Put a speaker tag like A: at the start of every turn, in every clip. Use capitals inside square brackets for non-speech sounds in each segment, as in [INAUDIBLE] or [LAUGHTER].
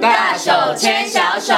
A: 大手牵小手。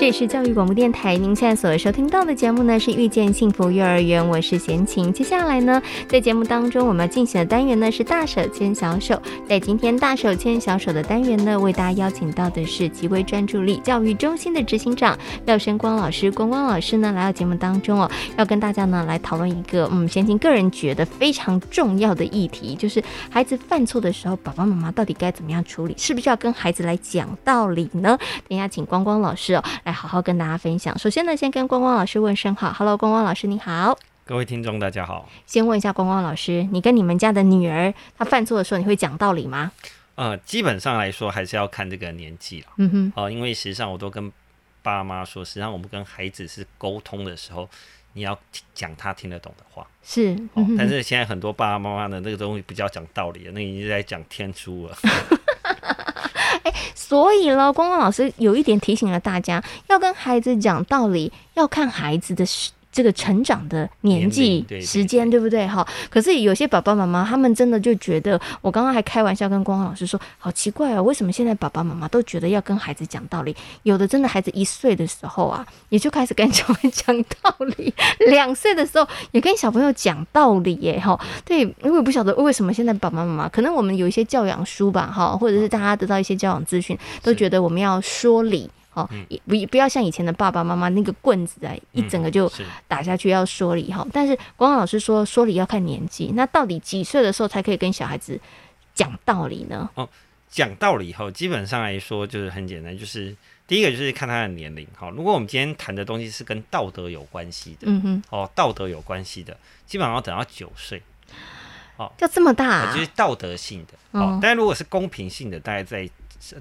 B: 这里是教育广播电台，您现在所收听到的节目呢是《遇见幸福幼儿园》，我是贤琴。接下来呢，在节目当中我们要进行的单元呢是“大手牵小手”。在今天“大手牵小手”的单元呢，为大家邀请到的是极微专注力教育中心的执行长廖生光老师。光光老师呢来到节目当中哦，要跟大家呢来讨论一个嗯，贤琴个人觉得非常重要的议题，就是孩子犯错的时候，爸爸妈妈到底该怎么样处理？是不是要跟孩子来讲道理呢？等一下，请光光老师哦来好好跟大家分享。首先呢，先跟光光老师问声好，Hello，光光老师你好。
C: 各位听众，大家好。
B: 先问一下光光老师，你跟你们家的女儿她犯错的时候，你会讲道理吗？
C: 呃，基本上来说还是要看这个年纪了。
B: 嗯哼，
C: 哦、因为实际上我都跟爸妈说，实际上我们跟孩子是沟通的时候，你要讲他听得懂的话。
B: 是，
C: 哦
B: 嗯，哼
C: 但是现在很多爸爸妈妈呢，那个东西比较讲道理了，那已经在讲天书了。
B: 所以呢，光光老师有一点提醒了大家，要跟孩子讲道理，要看孩子的时这个成长的年
C: 年
B: 纪
C: 龄、对对
B: 时间，对不对？哈，可是有些爸爸妈妈他们真的就觉得，我刚刚还开玩笑跟光光老师说，好奇怪哦，为什么现在爸爸妈妈都觉得要跟孩子讲道理？有的真的孩子一岁的时候啊，也就开始跟小孩讲道理； [LAUGHS] 两岁的时候也跟小朋友讲道理耶，哈。对，因为我不晓得为什么现在爸爸妈妈，可能我们有一些教养书吧，哈，或者是大家得到一些教养资讯，都觉得我们要说理。哦，也不不要像以前的爸爸妈妈那个棍子啊，一 [LAUGHS] 整个
C: 嗯
B: 就是打下去要说理哈。但是光老师说说理要看年纪，那到底几岁的时候才可以跟小孩子讲道理呢？
C: 讲道理后，基本上来说就是很简单，就是第一个就是看他的年龄。好、如果我们今天谈的东西是跟道德有关系的，
B: 嗯哼，
C: 哦，道德有关系的，基本上要等到九岁。
B: 要这么大、
C: 啊，
B: 啊
C: 就是道德性的。
B: 嗯
C: 哦，但如果是公平性的，大概在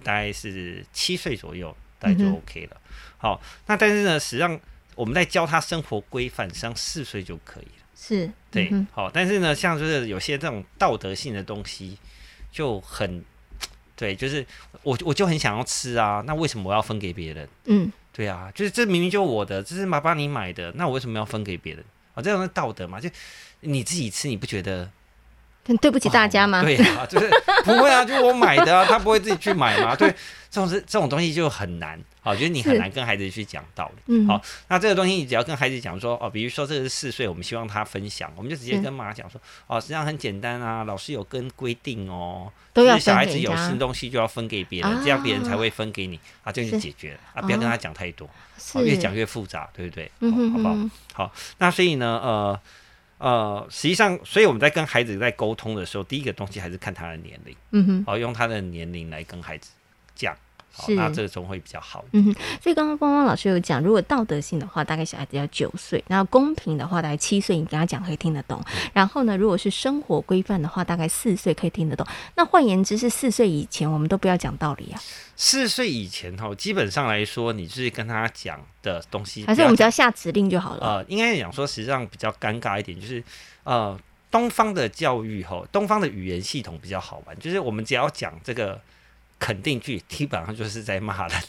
C: 大概是七岁左右，大概就
B: 嗯哼
C: OK 了。好、那但是呢，实际上我们在教他生活规范，实际上四岁就可以了。
B: 是
C: 对
B: 嗯，
C: 好、但是呢，像就是有些这种道德性的东西就很，对，就是我我就很想要吃啊，那为什么我要分给别人？
B: 嗯
C: 对啊，就是这明明就我的，这是妈妈你买的，那我为什么要分给别人？啊、这种是道德嘛，就你自己吃，你不觉得
B: 很对不起大家吗？
C: 对
B: [LAUGHS]
C: 啊，就是不会啊，就是我买的啊， [LAUGHS] 他不会自己去买嘛。对，这种是这种东西就很难，好，就是你很
B: 是
C: 难跟孩子去讲道理。
B: 嗯，
C: 好，那这个东西你只要跟孩子讲说，哦，比如说这个是四岁，我们希望他分享，我们就直接
B: 嗯
C: 跟妈妈讲说，哦，实际上很简单啊，老师有跟规定哦，
B: 都要
C: 就是小
B: 分
C: 孩
B: 给
C: 子
B: 人
C: 有
B: 家啊
C: 吃东西就要分给别人，这样别人才会分给你啊，这样就是解决了啊，不要跟他讲太多，
B: 是
C: 哦，越讲越复杂，对不对？
B: 嗯哼
C: 哦好不好？
B: 哼
C: 那所以呢，呃呃，实际上，所以我们在跟孩子在沟通的时候，第一个东西还是看他的年龄，
B: 嗯哼。
C: 哦，用他的年龄来跟孩子讲，好、
B: 是
C: 那这个总会比较好。
B: 所以刚刚光光老师有讲，如果道德性的话，大概小孩子要九岁；然后公平的话，大概七岁，你跟他讲可以听得懂。然后呢，如果是生活规范的话，大概四岁可以听得懂。那换言之，是四岁以前我们都不要讲道理啊，
C: 四岁以前哈、哦，基本上来说，你就是跟他讲的东西，
B: 还是
C: 不
B: 我
C: 要
B: 们只要
C: 讲
B: 下指令就好了？
C: 呃，应该讲说，实际上比较尴尬一点，就是呃，东方的教育哈、哦，东方的语言系统比较好玩，就是我们只要讲这个。肯定句基本上就是在骂人，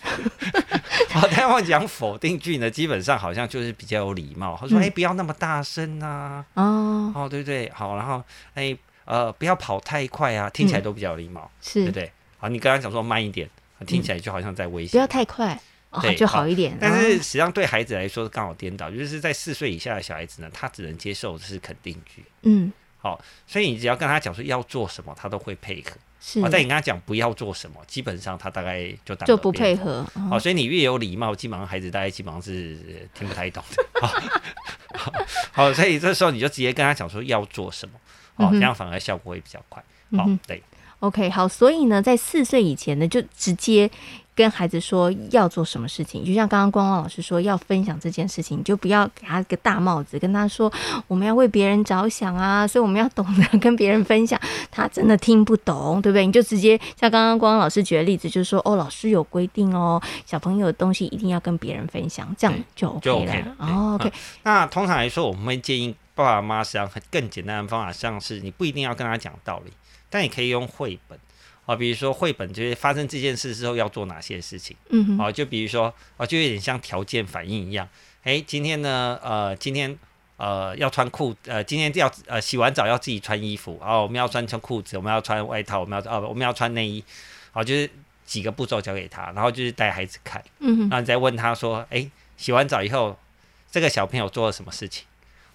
C: [LAUGHS] 好，但我讲否定句呢，基本上好像就是比较有礼貌。他说：“
B: 嗯
C: 哎、不要那么大声啊，
B: 哦，
C: 哦，对不对？好，然后哎、呃，不要跑太快啊，听起来都比较有礼貌，对不
B: 嗯是，
C: 对？好，你刚刚讲说慢一点，听起来就好像在威
B: 不
C: 胁。
B: 要太快，哦
C: 对，
B: 就好一点。
C: 但
B: 哦
C: 是实际上对孩子来说是刚好颠倒，就是在四岁以下的小孩子呢，他只能接受的是肯定句，
B: 嗯，
C: 所以你只要跟他讲说要做什么，他都会配合。
B: 是
C: 啊，但你跟他讲不要做什么，基本上他大概就当
B: 嗯就
C: 耳
B: 不
C: 边
B: 配合。
C: 好、
B: 哦
C: 所以你越有礼貌，基本上孩子大概基本上是呃听不
B: [LAUGHS]
C: 太懂的。好，好，所以这时候你就直接跟他讲说要做什么，
B: 嗯
C: 哦，
B: 哼
C: 这样反而效果会比较快。好、
B: 嗯哼
C: 对，
B: OK，好，所以呢，在四岁以前呢，就直接跟孩子说要做什么事情，就像刚刚光光老师说要分享这件事情，你就不要给他个大帽子，跟他说我们要为别人着想啊，所以我们要懂得跟别人分享。他真的听不懂，对不对？你就直接像刚刚光光老师举的例子，就是说哦，老师有规定哦，小朋友的东西一定要跟别人分享，这样
C: 对
B: 就
C: 就 OK
B: OK 了。
C: 了对
B: 哦，OK，
C: 那通常来说，我们会建议爸爸妈妈实际上很更简单的方法，像是你不一定要跟他讲道理，但你可以用绘本。啊、比如说绘本就是发生这件事之后要做哪些事情，哦
B: 嗯哼，
C: 啊、就比如说啊、就有点像条件反应一样，诶，今天呢，呃，今天呃要穿裤，呃今天要呃洗完澡要自己穿衣服，然、后我们要穿穿裤子，我们要穿外套，我们要啊我们要穿内衣，好就是几个步骤交给他，然后就是带孩子看，
B: 嗯
C: 然后你再问他说，诶，洗完澡以后这个小朋友做了什么事情？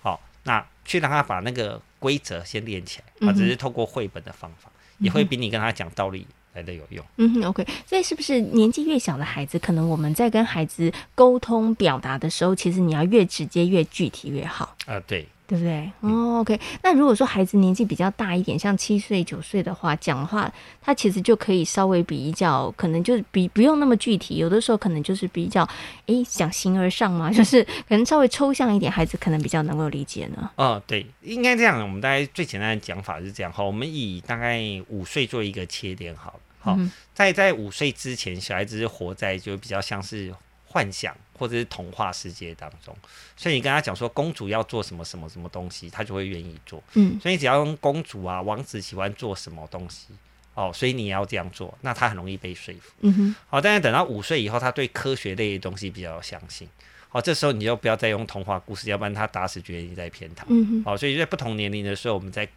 C: 好、那去让他把那个规则先练起来，啊，只是透过绘本的方法，也会比你跟他讲道理来的有用。
B: 嗯哼，OK，所以是不是年纪越小的孩子，可能我们在跟孩子沟通表达的时候，其实你要越直接、越具体越好，
C: 啊、对，
B: 对不对？哦，OK，那如果说孩子年纪比较大一点，像七岁、九岁的话，讲话他其实就可以稍微比较，可能就是比不用那么具体，有的时候可能就是比较，诶，想形而上嘛， [LAUGHS] 就是可能稍微抽象一点，孩子可能比较能够理解呢。
C: 哦，对，应该这样。我们大概最简单的讲法是这样哈，我们以大概五岁做一个切点好了。好，在在五岁之前，小孩子是活在就比较像是幻想或者是童话世界当中，所以你跟他讲说公主要做什么什么什么东西，他就会愿意做。
B: 嗯
C: 所以只要用公主啊，王子喜欢做什么东西哦，所以你也要这样做，那他很容易被说服。
B: 嗯哼，
C: 好，但是等到五岁以后，他对科学类的东西比较相信。好，这时候你就不要再用童话故事，要不然他打死觉得你在骗他。
B: 嗯哼。
C: 好，所以在不同年龄的时候，我们在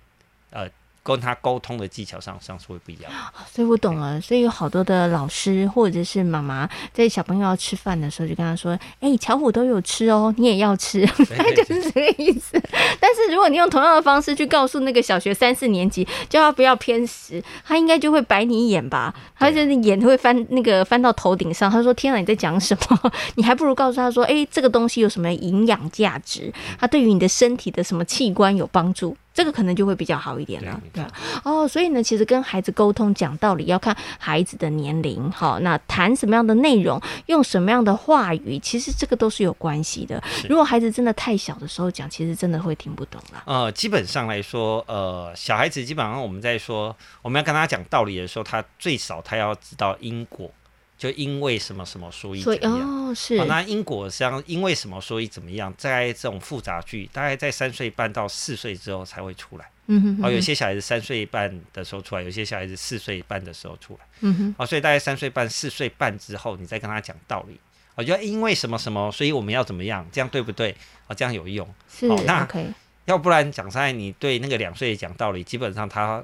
C: 呃跟他沟通的技巧上，上是会不一样的。
B: 所以我懂了，所以有好多的老师或者是妈妈，在小朋友要吃饭的时候，就跟他说：“哎、巧虎都有吃哦，你也要吃。”
C: 对
B: 大概哎就是这个意思。但是如果你用同样的方式去告诉那个小学三四年级，叫他不要偏食，他应该就会白你一眼吧？他就是眼会翻那个翻到头顶上。他说：“天啊，你在讲什么？ [LAUGHS] 你还不如告诉他说：‘哎、这个东西有什么营养价值？它对于你的身体的什么器官有帮助？’这个可能就会比较好一点了，
C: 对
B: 对啊。哦，所以呢，其实跟孩子沟通讲道理要看孩子的年龄，好，那谈什么样的内容，用什么样的话语，其实这个都是有关系的。如果孩子真的太小的时候讲，其实真的会听不懂啦。
C: 呃，基本上来说，呃，小孩子基本上我们在说我们要跟他讲道理的时候，他最少他要知道因果，就因为什么什么所以
B: 所以
C: 怎样。
B: 哦，是
C: 哦，那因果上因为什么所以怎么样，在这种复杂句，大概在三岁半到四岁之后才会出来。
B: 嗯哼
C: 哦，有些小孩子三岁半的时候出来，有些小孩子四岁半的时候出来。
B: 嗯哼，
C: 哦，所以大概三岁半、四岁半之后，你再跟他讲道理。我觉得因为什么什么，所以我们要怎么样，这样对不对？哦，这样有用。
B: 是
C: 好那
B: OK，
C: 要不然讲实在，你对那个两岁讲道理，基本上他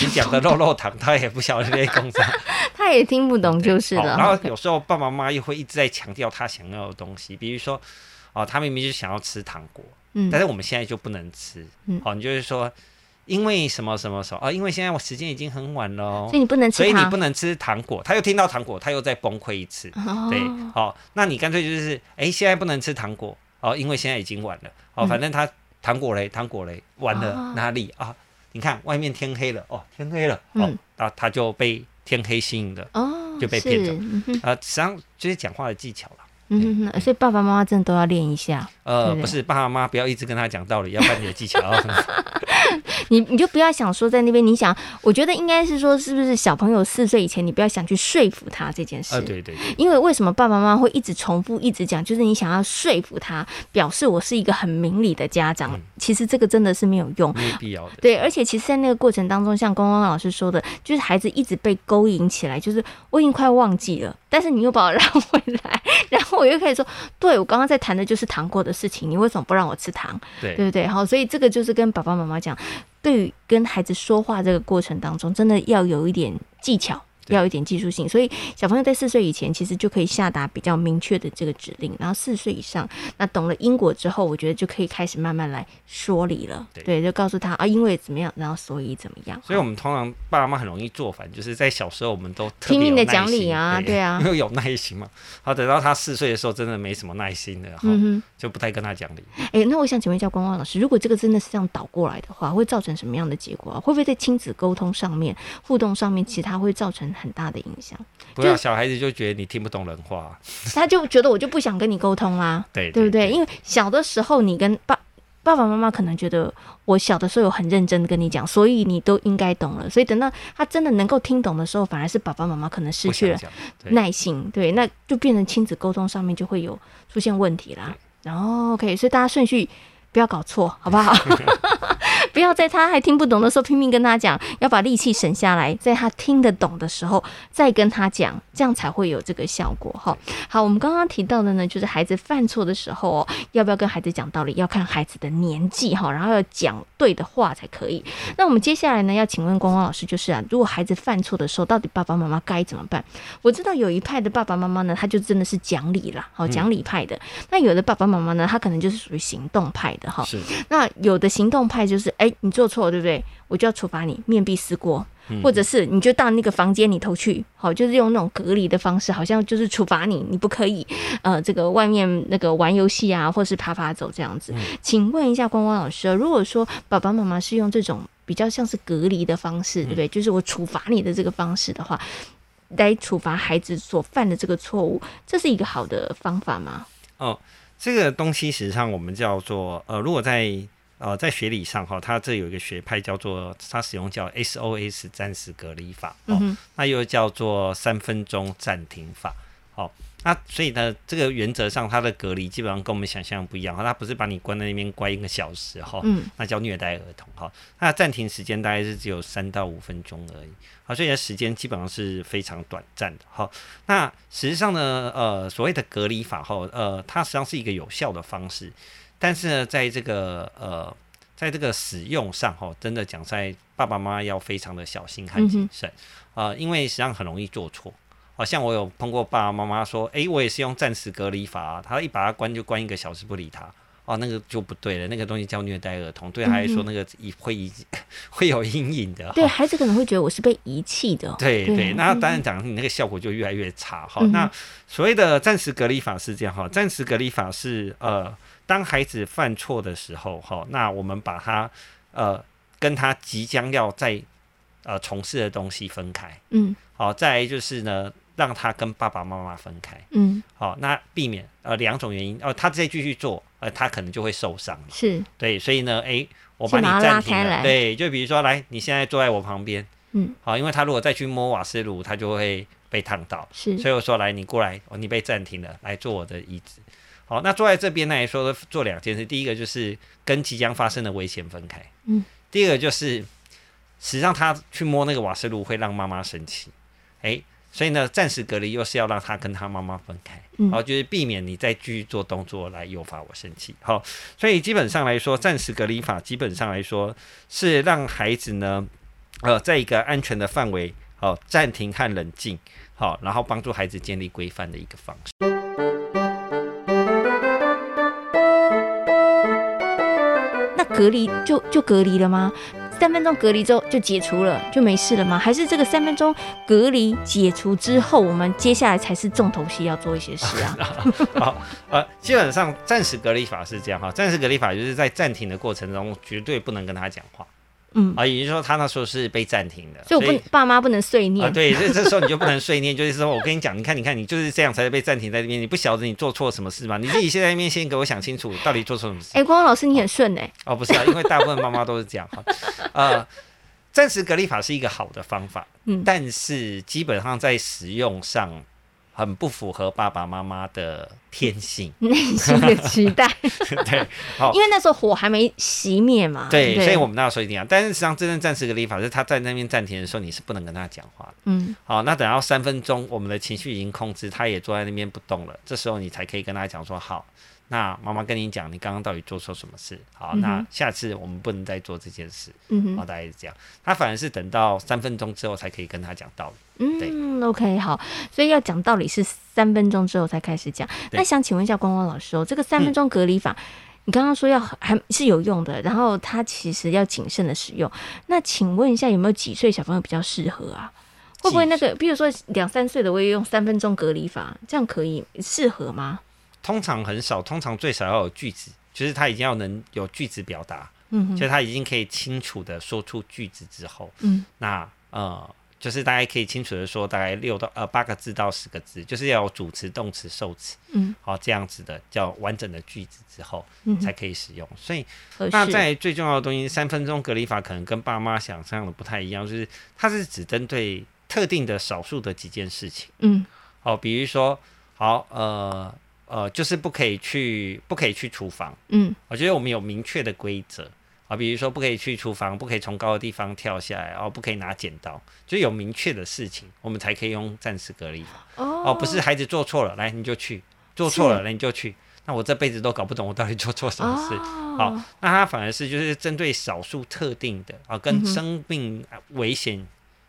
C: 你讲的肉肉糖，他也不晓得被攻上。
B: 他也听不懂就是
C: 好
B: 了。
C: 然后
B: OK
C: 有时候爸爸妈妈又会一直在强调他想要的东西，比如说，哦，他明明就想要吃糖果，
B: 嗯
C: 但是我们现在就不能吃。哦
B: 嗯
C: 好、你就是说，因为什么什么什么啊、因为现在我时间已经很晚了哦
B: 所以，你不能
C: 所
B: 吃
C: 以你
B: 它
C: 不，能吃糖果。他又听到糖果，他又再崩溃一次。
B: 哦
C: 对，好、那你干脆就是，哎，现在不能吃糖果哦，因为现在已经晚了。哦，反正他糖果嘞，糖果嘞，晚了、
B: 嗯哦
C: 哪里啊？你看外面天黑了，哦，天黑了，哦
B: 嗯，
C: 那、他就被天黑吸引了。
B: 哦，
C: 就被骗走
B: 是嗯哼
C: 啊、实际上就是讲话的技巧啦。
B: 嗯哼，所以爸爸妈妈真的都要练一下。
C: 呃，
B: 对
C: 不是爸爸妈妈不要一直跟他讲道理，要把你的技巧啊
B: [LAUGHS]
C: 要很好。
B: 你你就不要想说在那边，你想，我觉得应该是说，是不是小朋友四岁以前，你不要想去说服他这件事。
C: 呃，对对对，
B: 因为为什么爸爸妈妈会一直重复一直讲，就是你想要说服他，表示我是一个很明理的家长，其实这个真的是没有用。
C: 没有必要的。
B: 对，而且其实，在那个过程当中，像光光老师说的，就是孩子一直被勾引起来，就是我已经快忘记了，但是你又把我拉 [LAUGHS] 回来，然后我又开始说，对我刚刚在谈的就是糖果的事情，你为什么不让我吃糖？
C: 对
B: 对不对？好，所以这个就是跟爸爸妈妈讲，对于跟孩子说话这个过程当中，真的要有一点技巧。
C: 对
B: 要有一点技术性，所以小朋友在四岁以前，其实就可以下达比较明确的这个指令。然后四岁以上，那懂了因果之后，我觉得就可以开始慢慢来说理了。
C: 对
B: 对，就告诉他啊，因为怎么样，然后所以怎么样。
C: 所以，我们通常爸爸妈妈很容易做反，就是在小时候我们都特别
B: 拼命地
C: 有耐
B: 讲理
C: 心
B: 啊对啊
C: 因为 [LAUGHS] 有耐心嘛。好，等到他四岁的时候，真的没什么耐心了，哈、
B: 嗯
C: 就不太跟他讲理。
B: 哼，哎，那我想请问一下光光老师，如果这个真的是这样倒过来的话，会造成什么样的结果啊？会不会在亲子沟通上面、互动上面，其实它会造成很大的影响？
C: 不要小孩子就觉得你听不懂人话，啊 [LAUGHS]
B: 他就觉得我就不想跟你沟通啦，
C: 对
B: 对不对？
C: 对
B: 因为小的时候你跟爸爸爸妈妈可能觉得我小的时候有很认真的跟你讲，所以你都应该懂了。所以等到他真的能够听懂的时候，反而是爸爸妈妈可能失
C: 不
B: 去
C: 想
B: 了
C: 讲。对
B: 耐心，对，那就变成亲子沟通上面就会有出
C: [LAUGHS]
B: 哦现问题啦。然后 OK，所以大家顺序不要搞错，好不好？不要在他还听不懂的时候拼命跟他讲，要把力气省下来，在他听得懂的时候再跟他讲，这样才会有这个效果哈。好，我们刚刚提到的呢，就是孩子犯错的时候哦，要不要跟孩子讲道理，要看孩子的年纪哈，然后要讲对的话才可以。那我们接下来呢，要请问光光老师，就是啊，如果孩子犯错的时候，到底爸爸妈妈该怎么办？我知道有一派的爸爸妈妈呢，他就真的是讲理啦，好讲理派的；那有的爸爸妈妈呢，他可能就是属于行动派的哈。
C: 是
B: 那有的行动派就是，哎、你做错了，对不对？我就要处罚你，面壁思过，或者是你就到那个房间里头去，好，就是用那种隔离的方式，好像就是处罚你，你不可以，呃，这个外面那个玩游戏啊，或是爬爬走这样子。请问一下光光老师哦，如果说爸爸妈妈是用这种比较像是隔离的方式，对不对？就是我处罚你的这个方式的话。来处罚孩子所犯的这个错误，这是一个好的方法吗？
C: 哦，这个东西实际上我们叫做呃，如果在呃在学理上哈、它这有一个学派叫做它使用叫 SOS 暂时隔离法哦，那又叫做三分钟暂停法。好、那所以呢，这个原则上它的隔离基本上跟我们想象不一样，它不是把你关在那边关一个小时哦哈、
B: 嗯
C: 那叫虐待儿童哈、那暂停时间大概是只有三到五分钟而已，好，所以呢时间基本上是非常短暂的哈、那实际上呢，呃，所谓的隔离法哈，呃，它实际上是一个有效的方式，但是呢，在这个呃，在这个使用上哈，真的讲在爸爸妈妈要非常的小心和谨慎啊、呃因为实际上很容易做错。好像我有碰过爸爸妈妈说，诶，我也是用暂时隔离法、啊，他一把他关就关一个小时不理他。哦，那个就不对了，那个东西叫虐待儿童，对他来说，那个一会一会有阴影的。
B: 嗯
C: 哦
B: 对孩子可能会觉得我是被遗弃的哦，
C: 对
B: 对
C: 对，那当然讲你那个效果就越来越差哈、
B: 嗯
C: 那所谓的暂时隔离法是这样哈，暂时隔离法是呃，当孩子犯错的时候哈，那我们把他呃跟他即将要在呃从事的东西分开，
B: 嗯
C: 好、再来就是呢，让他跟爸爸妈妈分开，
B: 嗯，
C: 好、那避免呃两种原因，哦、他再继续做，呃，他可能就会受伤嘛
B: 是，
C: 对，所以呢，诶，我把
B: 先
C: 你
B: 把它拉
C: 暂停
B: 开
C: 了。
B: 来
C: 对，就比如说，来，你现在坐在我旁边，
B: 嗯，
C: 好，因为他如果再去摸瓦斯炉，他就会被烫到。
B: 是
C: 所以我说，来，你过来，哦，你被暂停了，来坐我的椅子。好，那坐在这边来说，做两件事，第一个就是跟即将发生的危险分开，
B: 嗯，
C: 第二个就是，实际上他去摸那个瓦斯炉会让妈妈生气，诶，所以呢，暂时隔离又是要让他跟他妈妈分开，
B: 嗯
C: 好，就是避免你再继续做动作来诱发我生气。好，所以基本上来说，暂时隔离法基本上来说是让孩子呢，呃，在一个安全的范围，好、暂停和冷静，好、然后帮助孩子建立规范的一个方式。
B: 那隔离就就隔离了吗？三分钟隔离之后就解除了，就没事了吗？还是这个三分钟隔离解除之后，我们接下来才是重头戏要做一些事啊？
C: [LAUGHS] 好，呃，基本上暂时隔离法是这样哈，暂时隔离法就是在暂停的过程中，绝对不能跟他讲话
B: 嗯，
C: 啊，也就是说他那时候是被暂停的，
B: 所以我不爸妈不能碎
C: 啊，
B: 念，
C: 对，这这时候你就不能碎念，就是说我跟你讲，你看，你看，你就是这样才被暂停在这边，你不晓得你做错什么事吗？你自己现在那边先给我想清楚，到底做错什么事？
B: 哎、光光老师你很顺哎、 [LAUGHS]
C: 哦，不是啊，因为大部分妈妈都是这样哈，呃。暂时隔离法是一个好的方法，
B: 嗯，
C: 但是基本上在使用上很不符合爸爸妈妈的天性 [LAUGHS]
B: 内心的期待，
C: 对，好
B: 因，为那时候火还没熄灭嘛。
C: 对，
B: 不
C: 所以我们那时候一定要，但是实际上真正暂时隔离法是他在那边暂停的时候，你是不能跟他讲话的。
B: 嗯
C: 好，那等到三分钟，我们的情绪已经控制，他也坐在那边不动了，这时候你才可以跟他讲说，好，那妈妈跟你讲，你刚刚到底做错什么事？好，那下次我们不能再做这件事。
B: 嗯
C: 好，
B: 哼
C: 哦大概是这样。他反而是等到三分钟之后才可以跟他讲道理。
B: 嗯，OK 好，所以要讲道理是三分钟之后才开始讲。
C: 对嗯
B: 那想请问一下光光老师哦，这个三分钟隔离法，你刚刚说要还是有用的，然后它其实要谨慎的使用。那请问一下，有没有几岁小朋友比较适合啊？会不会那个，比如说两三岁的，我也用三分钟隔离法，这样可以适合吗？
C: 通常很少，通常最少要有句子，就是他已经要能有句子表达，
B: 嗯
C: 就是他已经可以清楚的说出句子之后，
B: 嗯，
C: 那呃，就是大概可以清楚的说，大概六到呃八个字到十个字，就是要有主词、动词、受词，
B: 嗯，
C: 好、这样子的叫完整的句子之后，
B: 嗯哼
C: 才可以使用。所以
B: 合
C: 那
B: 适。
C: 在最重要的东西，三分钟隔离法可能跟爸妈想象的不太一样，就是它是只针对特定的少数的几件事情。
B: 嗯
C: 哦，比如说，好，呃呃，就是不可以去，不可以去厨房。
B: 嗯
C: 我觉得我们有明确的规则，啊，比如说不可以去厨房，不可以从高的地方跳下来，哦，不可以拿剪刀，就有明确的事情，我们才可以用暂时隔离法。
B: 哦
C: 哦，不是孩子做错了，来你就去；做错了，来你就去。那我这辈子都搞不懂我到底做错什么事。好、
B: 哦，
C: 那它反而是就是针对少数特定的啊、
B: 嗯
C: 跟
B: 哼
C: 生命危险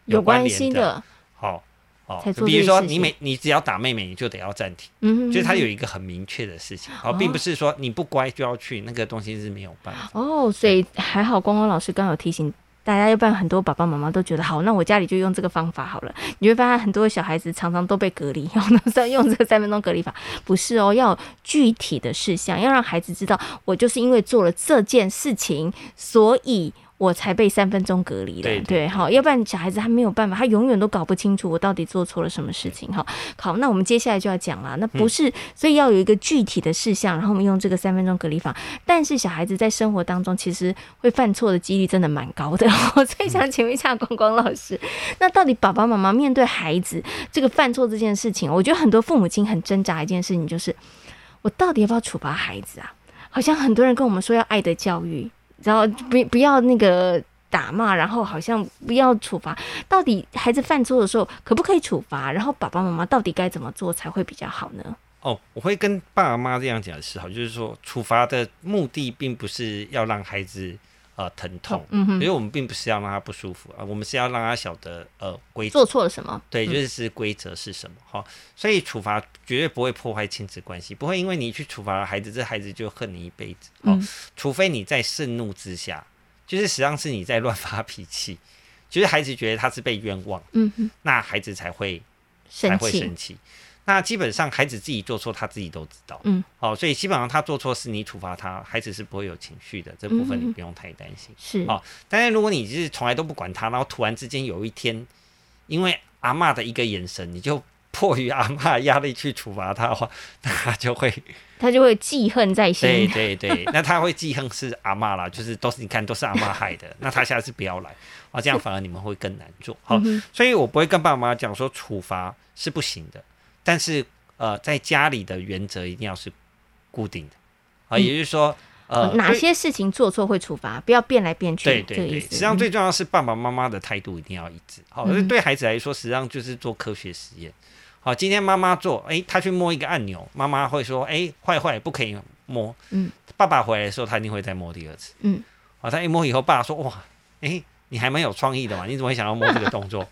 B: 有
C: 关
B: 关
C: 联
B: 系的，
C: 好哦
B: 才，做
C: 比如
B: 这件
C: 说
B: 事
C: 你
B: 情
C: 每你只要打妹妹，你就得要暂停，
B: 嗯，
C: 就是它有一个很明确的事情，好、并不是说你不乖就要去，那个东西是没有办法。
B: 哦，所以还好光光老师刚刚有提醒。大家要不然很多爸爸妈妈都觉得好，那我家里就用这个方法好了。你会发现很多小孩子常常都被隔离，然后在用这个三分钟隔离法，不是哦，要有具体的事项，要让孩子知道，我就是因为做了这件事情，所以我才被三分钟隔离了。
C: 对对
B: 对，好，要不然小孩子他没有办法，他永远都搞不清楚我到底做错了什么事情。哈，好，那我们接下来就要讲了，那不是，嗯所以要有一个具体的事项，然后我们用这个三分钟隔离法但是小孩子在生活当中其实会犯错的几率真的蛮高的。 [LAUGHS] 我最想请问一下光光老师，那到底爸爸妈妈面对孩子这个犯错这件事情，我觉得很多父母亲很挣扎一件事情，就是我到底要不要处罚孩子啊？好像很多人跟我们说要爱的教育，然后不不要那个。打骂，然后好像不要处罚，到底孩子犯错的时候可不可以处罚？然后爸爸妈妈到底该怎么做才会比较好呢？
C: 哦，我会跟爸妈这样讲是好，就是说处罚的目的并不是要让孩子呃疼痛，
B: 嗯
C: 因
B: 哼，
C: 为我们并不是要让他不舒服啊，我们是要让他晓得呃规则，
B: 做错了什么？
C: 对，就是规则是什么哈、所以处罚绝对不会破坏亲子关系，不会因为你去处罚了孩子，这孩子就恨你一辈子哦，
B: 嗯
C: 除非你在盛怒之下，就是实际上是你在乱发脾气，就是孩子觉得他是被冤枉，
B: 嗯哼，
C: 那孩子才会才
B: 生
C: 会
B: 气
C: 生，气。那基本上孩子自己做错，他自己都知道。
B: 嗯，
C: 好、所以基本上他做错事，你处罚他，孩子是不会有情绪的，这部分
B: 嗯
C: 你不用太担心。
B: 是，
C: 好但是如果你就是从来都不管他，然后突然之间有一天，因为阿嬷的一个眼神，你就迫于阿嬷的压力去处罚他的话， [LAUGHS] 那他就会
B: 他就会记恨在
C: 对
B: 心。
C: 对对， [LAUGHS] 那他会记恨是阿嬷啦，就是都是你看都是阿嬷害的，那他下次不要来啊，这样反而你们会更难做。好，所以我不会跟爸妈讲说处罚是不行的，但是呃，在家里的原则一定要是固定的啊，也就是说呃，
B: 嗯哪
C: 对
B: 些事情做错会处罚，不要变来变去，
C: 对
B: 这
C: 对
B: 个意
C: 对，
B: 思。
C: 实际上最重要是爸爸妈妈的态度一定要一致。好、
B: 嗯
C: 对孩子来说，实际上就是做科学实验。好，今天妈妈做，诶，他去摸一个按钮，妈妈会说，诶，坏坏，不可以摸。
B: 嗯，
C: 爸爸回来的时候，他一定会再摸第二次。
B: 嗯，
C: 好，他一摸以后，爸说，哇，诶，你还蛮有创意的嘛，你怎么会想要摸这个动作？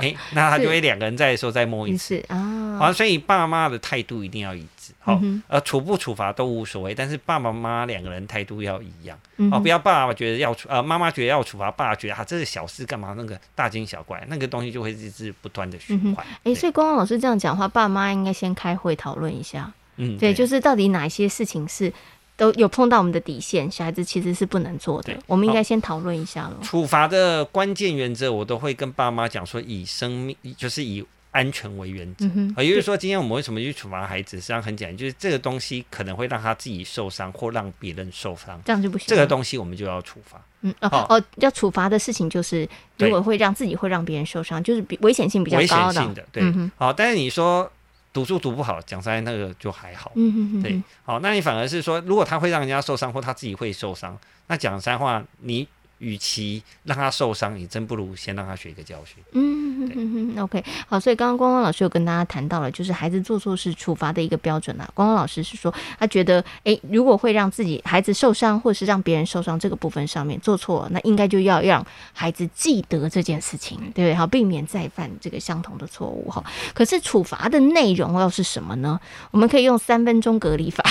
C: 诶，那他就会两个人在的时候再摸一
B: 嗯
C: 次。
B: 是啊，
C: 好，所以爸妈的态度一定要一致。好
B: 嗯，哼
C: 呃，处不处罚都无所谓，但是爸爸妈妈两个人态度要一样。
B: 嗯
C: 哦，
B: 哼
C: 不要爸爸觉得要处，呃，妈妈觉得要处罚，爸爸觉得啊，这是小事，干嘛那个大惊小怪，那个东西就会一直不断的循环。
B: 嗯
C: 对
B: 诶所以光光老师这样讲话，爸妈应该先开会讨论一下，
C: 嗯，
B: 对，就是是到底哪些事情是都有碰到我们的底线，小孩子其实是不能做的
C: 对，
B: 我们应该先讨论一下咯。
C: 处罚的关键原则，我都会跟爸妈讲说，以生命就是以安全为原则。
B: 嗯哼，
C: 啊，也就是说，今天我们为什么去处罚孩子？实际上很简单，就是这个东西可能会让他自己受伤，或让别人受伤，
B: 这样就不行。
C: 这个，东西我们就要处罚。
B: 嗯，哦
C: 哦
B: 哦，要处罚的事情就是，如
C: 对
B: 果会让自己会让别人受伤，就是比危险性比较
C: 危
B: 高
C: 险性的，对
B: 嗯哼，
C: 好、但是你说读书读不好，讲实在那个就还好，
B: 嗯哼哼哼，
C: 对，好、那你反而是说，如果他会让人家受伤，或他自己会受伤，那讲实在话，你与其让他受伤，你真不如先让他学一个教训。
B: 嗯哼哼哼，OK，好，所以刚刚光光老师有跟大家谈到了，就是孩子做错事处罚的一个标准啊。光光老师是说，他觉得，诶，如果会让自己孩子受伤，或者是让别人受伤这个部分上面做错了，那应该就要让孩子记得这件事情，对不对？好，避免再犯这个相同的错误哈。可是处罚的内容又是什么呢？我们可以用三分钟隔离法，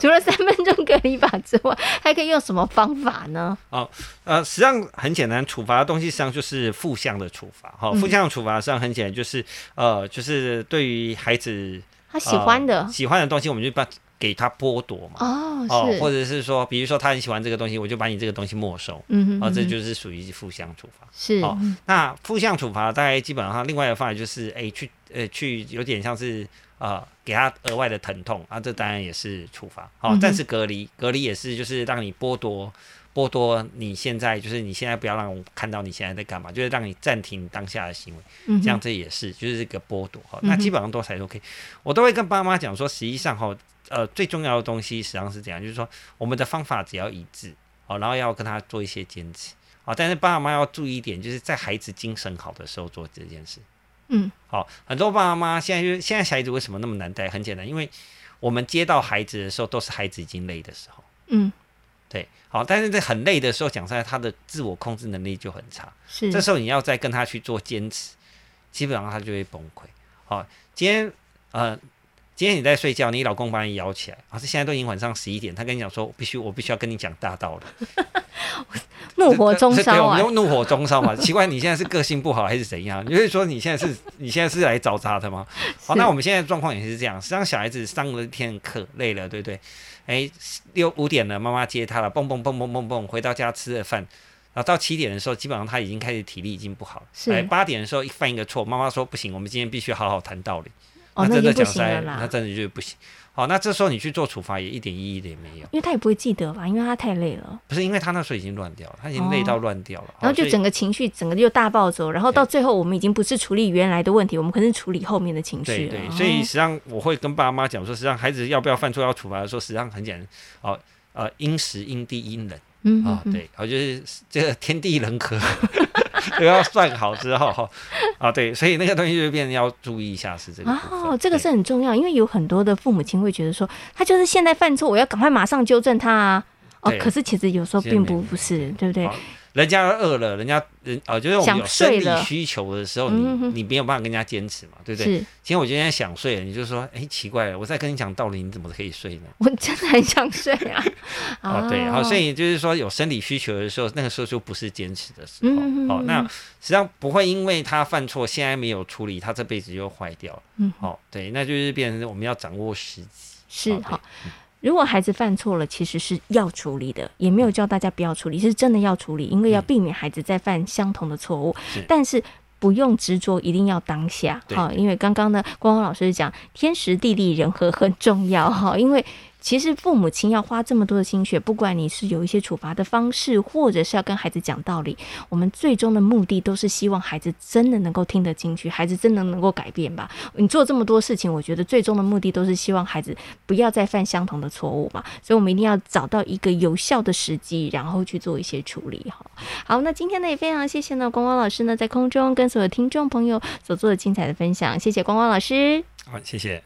B: 除了三分钟隔离法之外，还可以用什么方法呢？
C: 呃，实际上很简单，处罚的东西实际上就是负向的处罚，哈、
B: 嗯
C: 负向的处罚实际上很简单，就是呃，就是对于孩子
B: 他喜欢的
C: 呃、喜欢的东西，我们就把给他剥夺嘛。
B: 哦，
C: 哦，
B: 是，
C: 或者是说，比如说他很喜欢这个东西，我就把你这个东西没收，
B: 嗯哼
C: 啊、这
B: 嗯哼
C: 就是属于负向处罚。
B: 是，嗯
C: 哦那负向处罚大概基本上另外一个方法就是，哎、去呃去有点像是呃给他额外的疼痛啊，这当然也是处罚。好、
B: 嗯哼
C: 暂时隔离，隔离也是就是让你剥夺剥夺你现在就是你现在不要让我看到你现在在干嘛，就是让你暂停当下的行为，
B: 嗯哼
C: 这样这也是就是一个剥夺。哈、
B: 嗯哼
C: 那基本上都才 OK。我都会跟爸妈讲说，实际上哈，呃最重要的东西实际上是这样，就是说我们的方法只要一致。哦，然后要跟他做一些坚持哦，但是爸爸妈妈要注意一点，就是在孩子精神好的时候做这件事。
B: 嗯，
C: 好、很多爸爸妈妈现在就是现在小孩子为什么那么难带？很简单，因为我们接到孩子的时候都是孩子已经累的时候，
B: 嗯，
C: 对，好、但是在很累的时候，讲实在，他的自我控制能力就很差。
B: 是，
C: 这时候你要再跟他去做坚持，基本上他就会崩溃。好、今天呃，今天你在睡觉，你老公把你摇起来，啊，这现在都已经晚上十一点，他跟你讲说，我必须我必须要跟你讲大道理，
B: 怒火中
C: 这这对
B: 烧
C: 我
B: 啊
C: 们，用怒火中烧嘛。 [LAUGHS] 奇怪，你现在是个性不好还是怎样？你会说你现在是你现在是来找茬的吗？好，
B: 是
C: 那我们现在状况也是这样，实际上小孩子上了一天课累了，对不对？哎，六五点了，妈妈接他了，蹦蹦蹦蹦蹦蹦，回到家吃了饭，然后到七点的时候，基本上他已经开始体力已经不好了。
B: 是
C: 哎，八点的时候一犯一个错，妈妈说不行，我们今天必须好好谈道理。
B: 哦，
C: 那
B: 那已
C: 真的
B: 经不
C: 讲
B: 行
C: 出来，
B: 了
C: 那
B: 啦，
C: 真的就是不行。好，那这时候你去做处罚也一点意义也没有，
B: 因为他也不会记得吧，因为他太累了，
C: 不是因为他那时候已经乱掉了，他已经累到乱掉了，好
B: 哦然后就
C: 所以
B: 整个情绪整个就大暴走，然后到最后我们已经不是处理原来的问题，我们可能是处理后面的情绪
C: 对
B: 了，
C: 对，
B: 哦
C: 所以实际啊上我会跟爸妈讲说，实际上孩子要不要犯错要处罚的时候，实际上很简单哦，呃，因时因地因人
B: 嗯
C: 啊、
B: 嗯嗯
C: 对，然后就是这个天地人和 [LAUGHS] 都要算好之后哈啊，对，所以那个东西就变成要注意一下是这个部分
B: 哦，这个
C: 对
B: 是很重要，因为有很多的父母亲会觉得说，他就是现在犯错，我要赶快马上纠正他啊。哦
C: 对，
B: 可是其实有时候
C: 其实
B: 并
C: 没
B: 不
C: 有
B: 不是，对不对
C: 好？人家饿了，人家人啊、就是我们
B: 想
C: 有生
B: 睡
C: 理
B: 了
C: 需求的时候，
B: 嗯
C: 你
B: 哼
C: 你没有办法跟人家坚持嘛，对不对？
B: 是
C: 今天我今天想睡了，你就说，哎，奇怪了，我在跟你讲道理，你怎么可以睡呢？
B: 我真的很想睡啊。
C: [LAUGHS] 哦，对，好、所以就是说有生理需求的时候，那个时候就不是坚持的时候。
B: 嗯嗯嗯
C: 哦，那
B: 嗯
C: 实际上不会因为他犯错，现在没有处理，他这辈子就坏掉了。
B: 嗯
C: 哦，对，那就是变成我们要掌握时机。
B: 是
C: 好对嗯
B: 好。如果孩子犯错了，其实是要处理的，也没有叫大家不要处理，
C: 嗯
B: 是真的要处理，因为要避免孩子再犯相同的错误。
C: 嗯是
B: 但是不用执着，一定要当下。
C: 对
B: 因为刚刚呢，光光老师讲天时地利人和很重要哈，因为。其实父母亲要花这么多的心血，不管你是有一些处罚的方式，或者是要跟孩子讲道理，我们最终的目的都是希望孩子真的能够听得进去，孩子真的能够改变吧。你做这么多事情，我觉得最终的目的都是希望孩子不要再犯相同的错误嘛。所以，我们一定要找到一个有效的时机，然后去做一些处理哈。好，那今天呢也非常谢谢呢光光老师呢在空中跟所有听众朋友所做的精彩的分享，谢谢光光老师。
C: 好，谢谢。